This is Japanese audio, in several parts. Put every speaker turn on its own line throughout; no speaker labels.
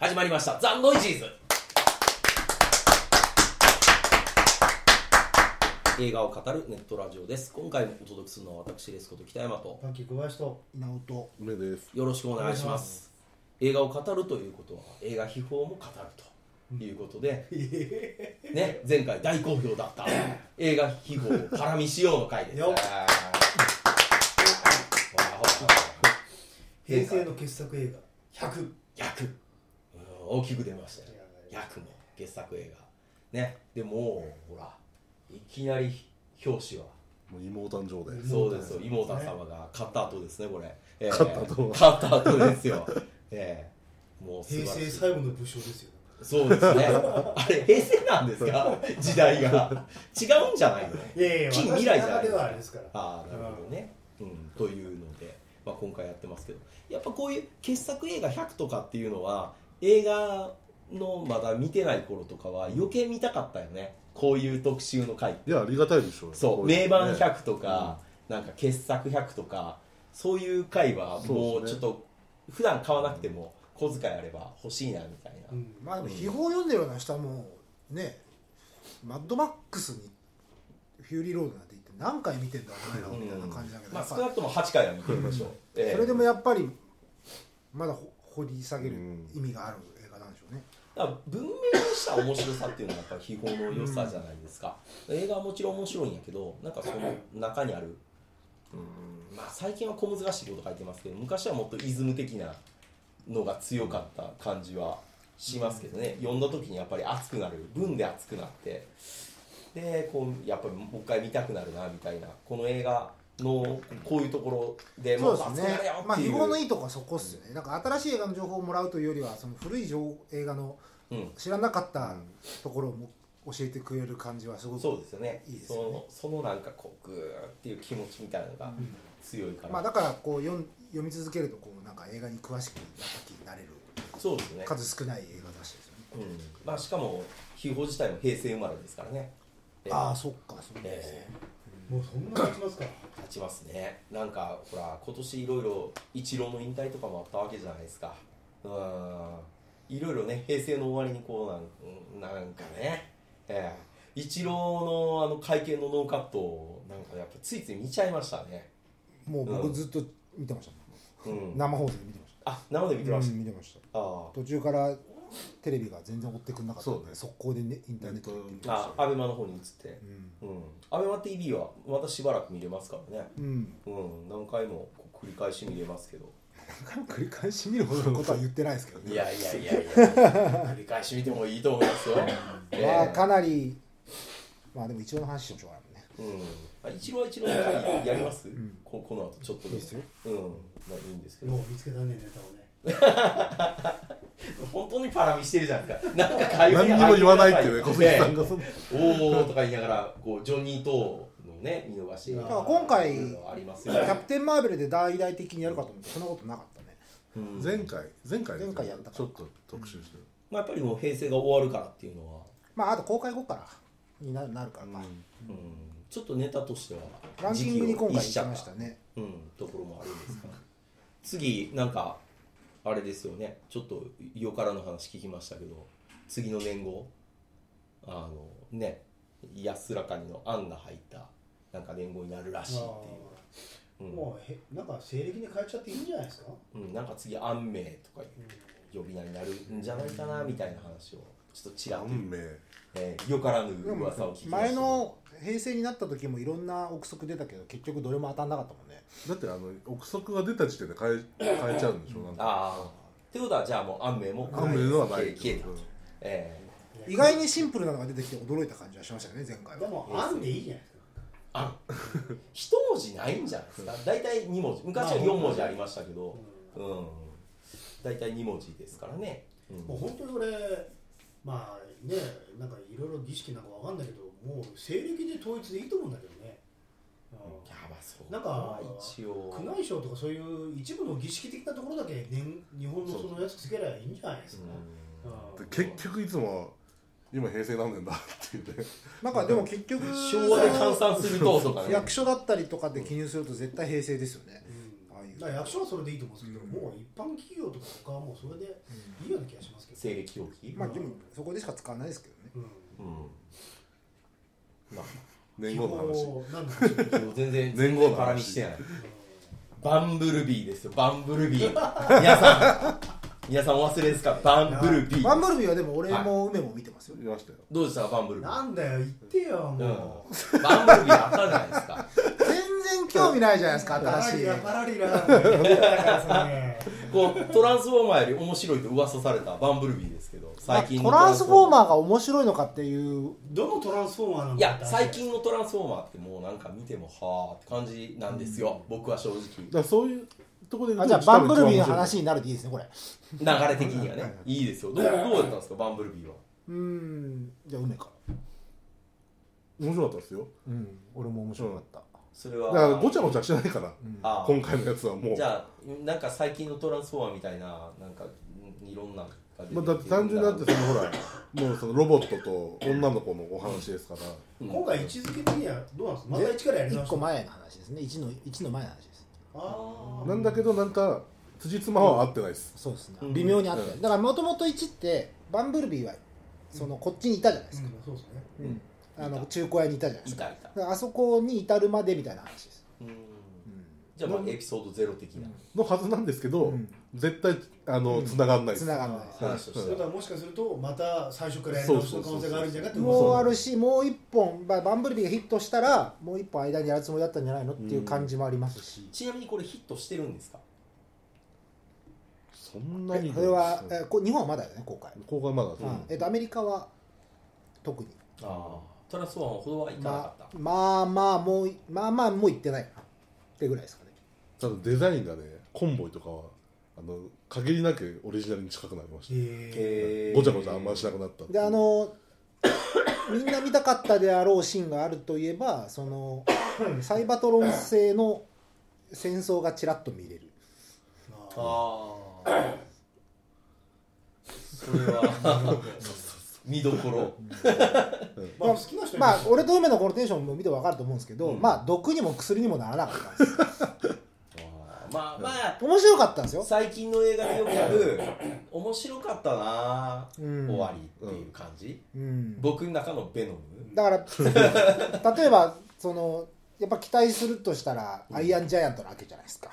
始まりました「ザ・ノイジーズ」映画を語るネットラジオです今回もお届けするのは私レスコと北山と
パンキー小林と稲尾 と
梅です。
よろしくお願いし
お願
ま
いします
映画を語るということは映画秘宝も語るということで、ね、前回大好評だ った映画秘宝を絡みしようの回です
よっ
わあほらほら
平成の傑作映画100
100、うん大きく出ましたよ100も傑作映画ねでもうほらいきなり表紙は
もう妹誕生で。
そうですよ妹様が勝った後ですねこれ、えー
勝った後
勝った後ですよええもう素晴
平
らしい
成最後の武将ですよ
そうですねあれ平成なんですか時代が違うんじゃないの
いやいや
近未来じゃない
私の中ではあれですから
ああなるほどね、うん、というので、まあ、今回やってますけどやっぱこういう傑作映画100とかっていうのは映画のまだ見てない頃とかは余計見たかったよねこういう特集の回
いや、ありがたいでしょ
そう
こい
名
の
盤
ね
100とか、なんか傑作100とかそういう回はも
そう
う
です
ちょっ
ね
と普段買わなくても小遣いあれば欲しいなみたいな、
うん
まあでも秘宝読んでるような人はもうねマッドマックスにフューリーロードなんて言って何回見てんだお前らはみたいな感じだけど、
まあ
やっぱ
少なくとも8回は見てるでしょう、ええ
それでもやっぱりまだほ掘り下げる
うん
意味がある映画なんでしょうね、
だから文明にした面白さっていうのはやっぱり秘宝の良さじゃないですか、映画はもちろん面白いんやけどなんかその中にあるうんまあ最近は小難しいこと書いてますけど昔はもっとイズム的なのが強かった感じはしますけどね、読んだ時にやっぱり熱くなる文で熱くなってでこうやっぱりもう一回見たくなるなみたいなこの映画のこういうところでもっと
そう
熱
で
くな
すね
るよ
ま
っ
あ
てい
秘
う、
宝のいいとこはそこっすよねなんか新しい映画の情報をもらうというよりはその古い情映画の
うん、
知らなかったところをも教えてくれる感じはすごく
そうですよね
いいです
そ
よね
のそのなんかこうグーっていう気持ちみたいなのが強いから、
まあだからこう読ん読み続けるとこうなんか映画に詳しくなった気になれる
そうですね、
数少ない映画だしですよね
うんまあ、しかも秘宝自体も平成生まれですからねえー
ああそっかそうです
え
ね、
もうそんな経ちますか
ー立ちますねなんかほら今年いろいろイチローの引退とかもあったわけじゃないですかうんいろいろね平成の終わりにこうなんなんかねええイチローのあの会見のノーカットをなんかやっぱついつい見ちゃいましたね
もう
うん
僕ずっと見てました、
うん
生放送で見てまし
あ生で見て
た、
ま
う
した、
ん見てました
ああ
途中からテレビが全然追ってくれなかったの
そう
で、
ね
速攻で、ね、インターネットで見てまし
あ、アベマの方に移って
た、うん、
うん、アベマ TV はまたしばらく見れますからね、
うん、
うん、何回もこう繰り返し見れますけど、
何回も繰り返し見るほどのことは言ってないですけど
い
ね
やいやいやいや、 繰り返し見てもいいと思いますよ。え
まあ
え
かなりまあでも一応の話してもしょうがないもんね
うん、あ一郎は一郎の回やります、
ん
ここの後ちょっと
いい
で
ですよ
うん、まあいいんですけど、
もう見つけたねネタをね
本当にパラ見してるじゃないですか、 なんか会話
何にも言わないっていうね、小
入
杉
れな
さ
さい っ
ん
て
がその。
おーとか言いながら、こうジョニー・トーのね、見逃し、
だから
今回
あります
キ
よ
ャ
ね
プ。テン・マーベルで大々的にやるかと思ってそんなことなかったね
うん
前回、前回、
前回やったから
ちょっと特集してる。
まあ、やっぱりもう平成が終わるからっていうのは、
まああと公開後からにななるからか、
うん、ちょっとネタとしては
ランキングに今
時期
回
を逸しち
行
ゃ
き
っ
ましたね
うん、ところもあるんですから 次なんかあれですよねちょっとよからの話聞きましたけど次の年号あのね安らかにの案が入ったなんか年号になるらしいっ
あ
て
ー
いう、
もうへなんか西暦に変えちゃっていいんじゃないですか
うんうん、なんか次安名とかいうう呼び名になるんじゃないかなみたいな話をちょっとちらっと、
運命。
えーよからぬ
でも
噂を聞きましたけ
前
ど
の平成になった時もいろんな憶測出たけど結局どれも当たんなかったもんね
だって、あの、憶測が出た時点で変え、変えちゃうんでしょ、なんか。
ああってことはじゃあもう安名も
運命のはない。
消え消えた
うん
えー
ん
意外にシンプルなのが出てきて驚いた感じはしましたよね前回
で
は
もあんでいいじゃないですか
あ 一文字ないんじゃないですか大体2文字昔は4文字ありましたけど、うん、大体2文字ですからね、うん
もう本当に俺まあねなんかいろいろ儀式なんかわかんないけどもう西暦で統一でいいと思うんだけどねうん
やばそう
なんか
一応
宮内省とかそういう一部の儀式的なところだけ年日本のそのやつつけりゃいいんじゃないですか、
う
で
う
結局いつも、今平成何年だっ て言って。
なんかでも結局
ん昭和で換算するととかね
役所だったりとかで記入すると絶対平成ですよね
ん
ああいう
だから役所はそれでいいと思うんですけど、
うん
もう一般企業とか他はもうそれでいいような気がしますけど、
西暦表記
まあでもそこでしか使わないですけどね
うん、
うんまあ
年号の話
なんの話
でも全然
年
全
号
然
の話
絡みしてないバンブルビーですよバンブルビー皆さん皆さんお忘れですかバンブルビ
ワン
ー
ブルビーはでも俺も梅も見てますよ、
見ましたよ
どうでしたかバンブルビー
なんだよ言ってよ
うん
もう、
バンブルビーあったじゃないですか
全然興味ないじゃないです
パ
か新
ラ
しい
リ
映
ラ
画
パラリラなんだよだからそれ
こうトランスフォーマーより面白いと噂されたバンブルビーですけど最近
トランスフォーマ
ー
ーが面白いのかっていう
どのトランスフォーマーなの
いや最近のトランスフォーマーってもうなんか見てもはあって感じなんですよ、僕は正直
だからそういうとこで言うと
あじゃあバンブルビーの話になるでいいですねこれ
流れ的にはねいいですよどうどうやったんですかバンブルビーは
うんじゃあ梅から
面白かったですよ
うん俺も面白かった、
それ
だ
は
からごちゃごちゃしてないから
あ
今回のやつはもう
じゃあなんか最近のトランスフォーマーみたいななんかんいろんなのが出てきて
まあ、だって単純になってそのほらもうそのロボットと女の子のお話ですから、
うん
今回位置づけ的にはどうなんですかまた一からやりま
1
した
個前の話ですね1の一の前の話です
あ
なんだけどなんか辻褄は合ってないです、
そうですね
うん
微妙にあった、
うん
だからもともと1ってバンブルビーはそのこっちにいたじゃないで
う
すか、
んそうですね
うん
あの中古屋にいたじゃないで
い
すか
たいた
だからあそこに至るまでみたいな話です、
うん
うん
じゃあまあエピソードゼロ的な
のはずなんですけど、
うん
絶対あ
う
の
ん
繋がんないです、
繋がんないです
話として
だか
は
らもしかするとまた最初からやり直しの可能性があるんじゃないかって
もう
う
あるしもう一本まあバンブルビーがヒットしたらもう一本間にやるつもりだったんじゃないのっていう感じもありますし、
ちなみにこれヒットしてるんですか
そんなに
それは、えこ日本はまだよね公開、
ここがまだ、
うんえっとアメリカは特に
ああトランスフォーマーほどはいかなか
ま
った、
あまあまあもうまあまあもう行ってないかなってぐらいですかね
ただデザインがねコンボイとかはあの限りなくオリジナルに近くなりました、
え
へー
ごちゃごちゃあんまりしなくなった
であのみんな見たかったであろうシーンがあるといえばそのサイバトロン製の戦争がちらっと見れる
ー
あ
あ
あそれは見どころ
ーまあ好きな人に
まあ俺と梅のこのテンションも見て分かると思うんですけど、
うん
まあ毒にも薬にもならなかったんです
あーまあまあ
面白かったんですよ
最近の映画でよくある面白かったなー、
うん
終わりっていう感じ、
うん、
僕の中のベノム
だから例えばそのやっぱ期待するとしたら、アイアンジャイアントなわけじゃないですか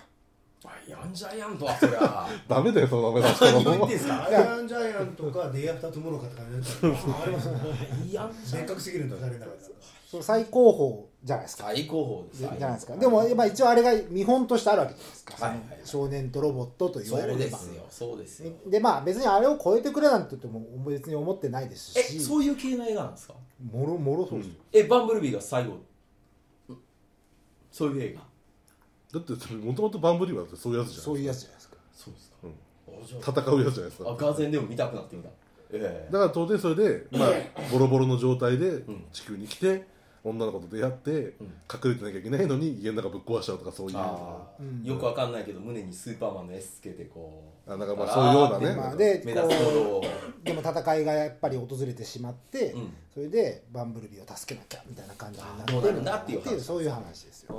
あやんじゃやんとはそり ゃ
ダメだよその名 前出した
何言
の
ってんすか
アイアンジャイアンとかデイアフタートゥモローかって感じだったありますね
やんじゃ
せっかくすぎるんだ誰ながら
その最高峰じゃないですか
最高峰です
じゃないですか
はい
でもまあ一応あれが見本としてあるわけじゃないですか、
はいはいはい
その少年とロボットと言わ
そ
れ
う
れ
で
ば
すよそうですよ
でまあ別にあれを超えてくれなんて言っても別に思ってないです
え
し
そういう系の映画なんですか
もろもろそうですよ、
えバンブルビーが最後うんそういう映画
だってもともとバンブリーはだってそういうやつじゃ
そう
ない
い
で
うや
す
つじゃないですか
そうですか、
うん
あじゃあ
か戦うやつじゃないですか
あガゼンでも見たくなってきた。ええ
だから当然それで、 まあ、ボロボロの状態で
ん
地球に来て、女の子と出会って、隠れてなきゃいけないのに家の中ぶっ壊しちゃうとかそういう
あ
あ
ーよくわかんないけど胸にスーパーマンの S つけてこう
なんかまあそういうようなね
ま
な
あ
んか
で
目
こ
立つほど
うでも戦いがやっぱり訪れてしまって、
うん
それでバンブルビーを助けなきゃみたいな感じになって
あーどうなるなっていう話
そういう話ですよ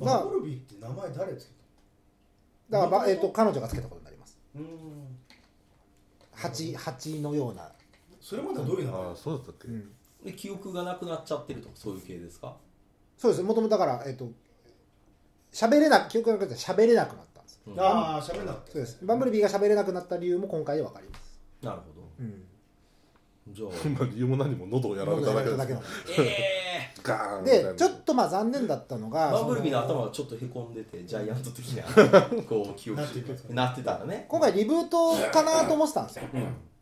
あ
バブルビーって名前誰つけ
だからば、えっと彼女がつけたことになります
ーうん
蜂蜂のような、
たそれまではどういう名前
あーそうだったっけ、
で記憶がなくなっちゃってるとかそういう系ですか
そうですもともとだからえっ、と喋れな記憶がなくなって喋れなくなったんです
ああ喋んなかった
そうですバンブルビーが喋れなくなった理由も今回でわかります、
なるほ
うん、
どじゃ あ
まあ理由も何も喉をやられただけです
だけなの
ええ
ガーンみたいな
でちょっとまあ残念だったのが
バンブルビーの
そ
頭がちょっとへこんでてジャイアント的 なこう記憶
なってるんですか
なってたらね
今回リブートかなと思ってたんですよだ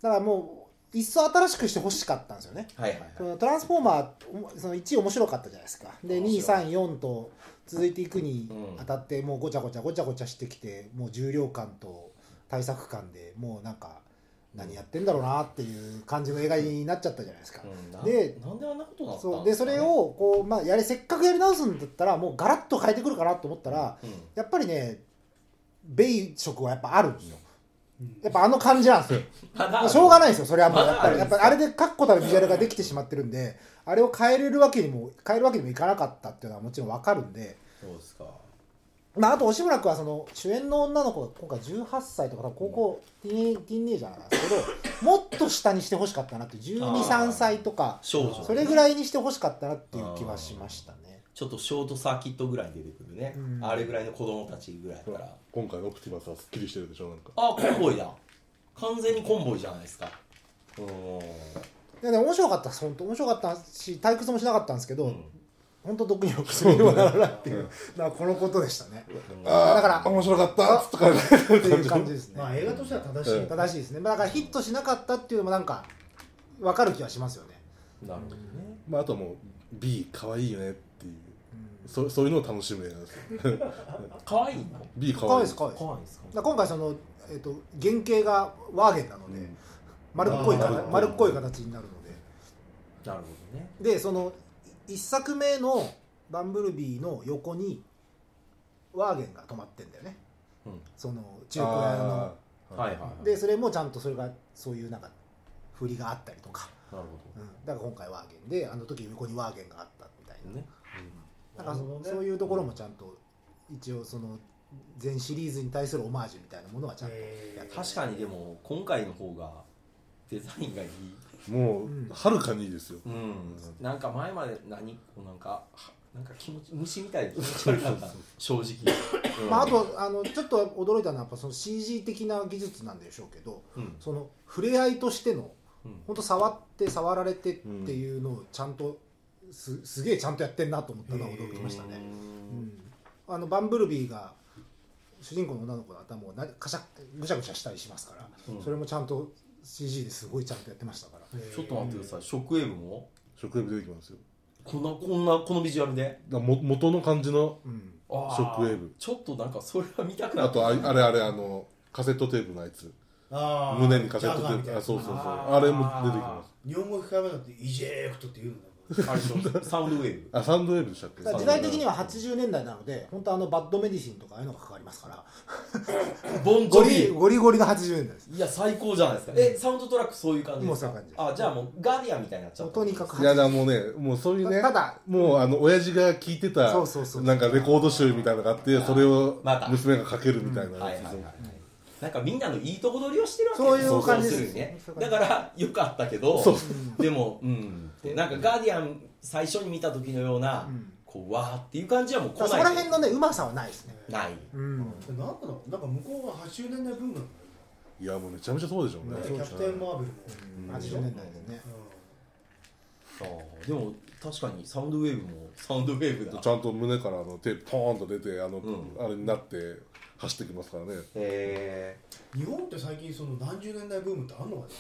からもういっそ新しくしてほしかったんですよね
はいはいはい
そのトランスフォーマーおもその1面白かったじゃないですかで
面白い
234と続いていくに
うん
あたってもうごちゃごちゃごちゃごちゃしてきてもう重量感と対策感でもうなんか何やってんだろうなっていう感じの映画になっちゃったじゃないですか、
うんな
で
なんであんなことになったんすかね
そうでそれをこう、まあ、やれせっかくやり直すんだったらもうガラッと変えてくるかなと思ったら
うん
やっぱりね米色はやっぱあるんですよ
うん
やっぱあの感じなんですよ
た
まあ
だ
しょうがないですよ、それはもう、
まだ
やっぱり、
あ
や
る
っ
んです
ぱり
か
あれで確固たるビジュアルができてしまってるんで、あれを変えれるわけにも、変えるわけにもいかなかったっていうのはもちろんわかるんで、
そうですか
まあ、あと押村君はその主演の女の子が今回18歳とか多分高校ティーンティーンエイジャーなんですけどもっと下にしてほしかったなって1 2 3歳とか
少女
それぐらいにしてほしかったなっていう気はしましたね。
ちょっとショートサーキットぐらいに出てくるね、
うん
あれぐらいの子供たちぐらいから、あ
今回のオプティマスはすっきりしてるでしょなんか
あコンボイだ完全にコンボイじゃないですかうん
いやでも面白かったです本当面白かったし退屈もしなかったんですけど、
うん
本当毒にも薬にもならないっていうだからこのことでしたねだから
面白かったっつとか
っていう感じですね
まあ映画としては正しい、
うん
正しいですねまあだからヒットしなかったっていうのもなんか分かる気はしますよね、
なるほどね
まああともう B 可愛いよねっていう
うん、
そそういうのを楽しむ映画ですよ
可愛いの
B 可
か
愛
わい
い
いですかわいいです
可愛いです
だから今回その、えっと原型がワーゲンなので、
うん
丸っこいか
あー
丸っこい形になるの
なるほどね
ででその1作目の「バンブルビー」の横にワーゲンが止まってんだよね
うん
その中古屋の
あー
はいはいはい
でそれもちゃんとそれがそういうなんか振りがあったりとか、
なる
うん、だから今回ワーゲンであの時横にワーゲンがあったみたい
ほどね
ななんかそ,、
なるほどね
ういうところもちゃんと一応その全シリーズに対するオマージュみたいなものはちゃんと、
えー
確かにでも今回の方がデザインがいい
も
うん
うはるかにいいですよ
うんなんか前まで何こうなんかはなんか気持ち虫みたいで気持ち悪かった正直、うん
まあ、あとあのちょっと驚いたのはやっぱその CG 的な技術なんでしょうけど
うん
その触れ合いとしての
うん
本当触って触られてっていうのをちゃんとすすげえちゃんとやってんなと思ったのは驚きましたね。うん、あのバンブルビーが主人公の女の子の頭をなカシャぐしゃぐしゃしたりしますから、
うん
それもちゃんと CG ですごいちゃんとやってましたから、
えー
ちょっと待ってください、ショックウェーブも
食レポ出てきますよ
こんな、こんな、このビジュアルで。
だからも元の感じの
うん、
ショ
ショックウェーブ
ちょっとなんかそれは見たくな
あ
った
とああれあれあのカセットテープのあいつ
あー
胸にカセット
ジャガーみ
テー
たい
プ
な
あそうそうそう
あー
あれも出てきます
日本語吹き替え版だってイジェクトって言うのだもん
あれでしょ サウンドウェーブ。
あサンドウェーブでしたっけ
だから時代的には80年代なので本当あのバッドメディシンとかああいうのがかかりますから
ボンジ
ゴ
ョ
リ
ビ
ゴリゴリの80年代です
いや、最高じゃないですか。え、サウンドトラックそういう感じ
も
で
う
す
そ
か
ういう感じです
あ、じゃあもうガーディアンみたいになっちゃ
も
っ
う
た。
とにかく
いやだもうねもうそういうね
ただ
もうあの親父が聴いてた
そうそうそう
なんかレコード集みたいなのがあってそれを
また
娘がかけるみたいな
はいは
や
い
つ
はい
で
はい。なんかみんなのいいとこ取りをしてるわけ
そういう感じです
そうするにね
そういう感
だ
じ
からよかったけど
そう
でもうんってなんかガーディアン最初に見た時のような、
うん
こうわーっていう感じはもう来
だ
な
から
い
そこら辺のねうまさはないですね、
ない
うん、
なんだろうなんか向こうは80年代文化なん
いやもうめちゃめちゃそうでしょうね
だよねキ
そ
ャ
うです
プ
ね
テン・マーベルも、
80年代でね
あーでも確かにサウンドウェーブもサウンドウェーブだ
ちゃんと胸からあのテープポーンと出てあの、
うん
あれになって走ってきますからね
え
うん日本って最近その何十年代ブームってあんのかね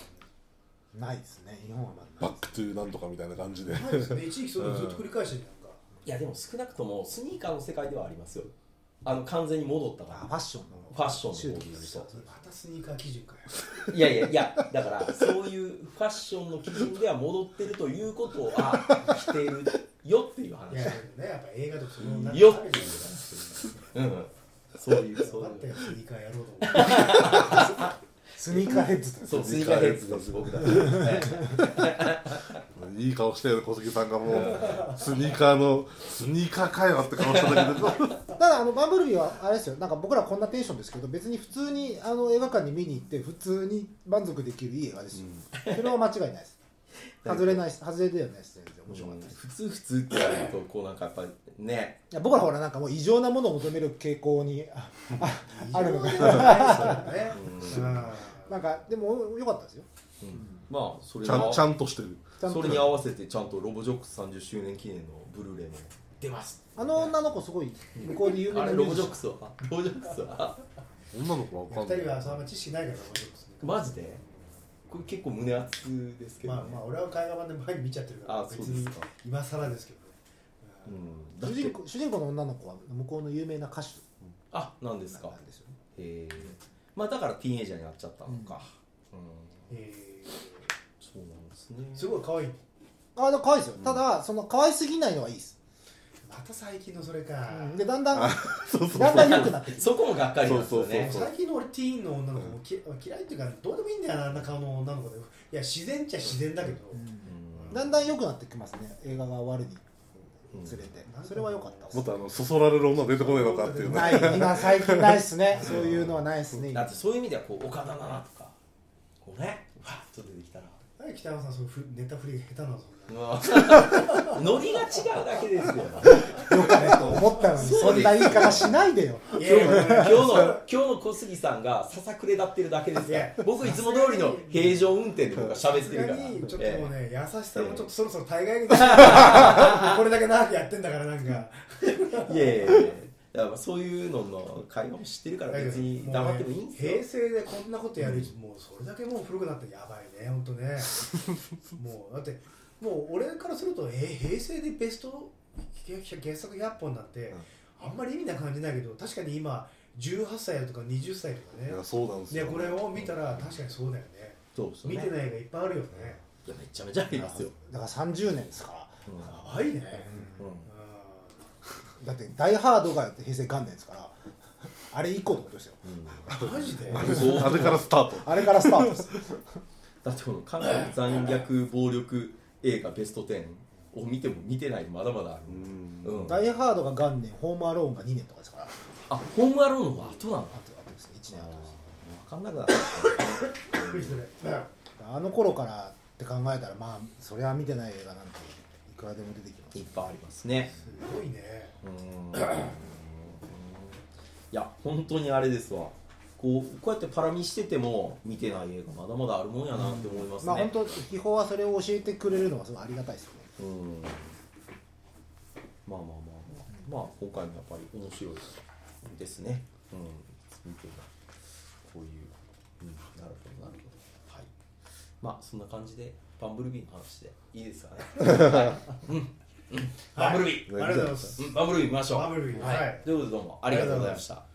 ないですね日本はまだ
バッ
ない
クトゥーなんとかみたいな感じで
ないですね一時期それをずっと繰り返してるなんか
ーいやでも少なくともスニーカーの世界ではありますよあの完全に戻った
あ
か
ファッションの
ファッションの
シュートした
そう
またスニーカー基準かよ
らいやいやいやだからそういうファッションの基準では戻ってるということはしてるよっていう
いや
話
でもねやっぱ映画とかそのなんか
よ
あ
っ
る
てい
じゃ
う
ないですか
うんそういうそう
分かっ
い
た
う
よスニーカーやろうと思って
スニーカーヘッズだ
そうスニーカーヘッズです僕だはい
いい顔してる小杉さんがもうスニーカーのスニーカーかよって顔しただけで
ただあのバンブルビーはあれですよなんか僕らこんなテンションですけど別に普通にあの映画館に見に行って普通に満足できるいい映画ですよ、それは間違いない です外れないです外れではないです全然面白かったです、
普通普通ってやるとこうなんかやっぱりね
いや僕らほらなんかもう異常なものを求める傾向にあああるのか
ね
なんかでも良かったですよ
うんまあそれ
ちゃん
は
ちゃんとしてる
ちゃん
そ
と
れに合わせてちゃんとロボジョックス30周年記念のブルーレイも出ます
あの女の子すごい向こうで有名
あ
な
れロボジョック
ス
スはロボジョックスは
女の子はわか
2
ん
人
な
はいそんな知識ないから面白いですね
マジでこれ結構胸熱ですけどね
まあまあ俺は海外版で前に見ちゃってるから
あそうですか
今更ですけどね
う
うん
んだっ
主人
て
公主人公の女の子は向こうの有名な歌手
あなんですか
なんですよね
へえまあだからティーンエイジャーになっちゃったのかうん
え
そうなんですね
ーすごい可愛い
あでも可愛いですよ、ただその可愛すぎないのはいいです、
また最近のそれか
うんでだんだん
そうそう
だんだん良くなってきて
そこもがっかりなんですよ
そうそう
ね
そう
最近の俺ティーンの女の子もき嫌いっていうかどうでもいいんだよなあんな顔の女の子でいや自然っちゃ自然だけど
うん
うん
だんだん良くなってきますね映画が終わるに連れて、それは良かったです
もっとあのそそられる女出てこないのかっていうね
ない今最近ないっすね そういうのはないっすね
だってそういう意味ではこう岡田奈々とかこうねわっと出てきたら
はい北山さんそのふネタ振り下手なの
ノリが違うだけですよ
よかねと思ったのにそんな言い方しないでよ
い
今日の
やい
今
や
日の今日の小杉さんがささくれ立ってるだけですか
いや
ら僕いつも通りの平常運転で僕は喋ってるから
にちょっともう
え
ね優しさもちょっとそろそろ大概に これだけ長くやってんだからなんか
えいやいやいやだからそういうのの会話も知ってるから別に黙ってもいいんですよ
平成でこんなことやる、もうそれだけもう古くなってやばいね本当 ねもうだってもう俺からするとえ平成でベスト傑作100本なんて、あんまり意味な感じないけど確かに今18歳とか20歳とかね
いやそうなんです
ね
よ、
これを見たら確かにそうだよね
そうですよ
見
ね
てない映画いっぱいあるよね
いやめちゃめちゃありますよ
だから30年ですから
やばいね、
うんうん
だって「ダイ・ハード」が平成元年ですからあれ以降のことですよ
うん マジで
そう
あれからスタート
あれからスタートです
だってこの韓国残虐暴力映画ベスト10を見ても見てないまだまだあ
う
る、
ん
うん
「ダイ・ハード」が元年「ホーム・アローン」が2年とかですからあ
あホームアローンの後なの
とあとですね1年後です
分かんなくなった
びっくり する
あの頃からって考えたらまあそりゃ見てない映画なんていくらでも出てきます
いっぱいありますね
すごいね
うーんいや本当にあれですわこうこうやってパラ見してても見てない映画まだまだあるもんやなって思います
まあ本
ね、
当秘宝はそれを教えてくれるのはすごいありがたいですよね
うんまあまあまあまあまあ今回もやっぱり面白いですねうん見てるこういう、うん、なるほどなるほどはいまあそんな感じでバンブルビーの話でいいですかね、はい うんうん、バンブルビー、
ありがとうございます
うんバンブルビー見ましょう
バンブルビー
はい
はい
ということでどうもありがとうございました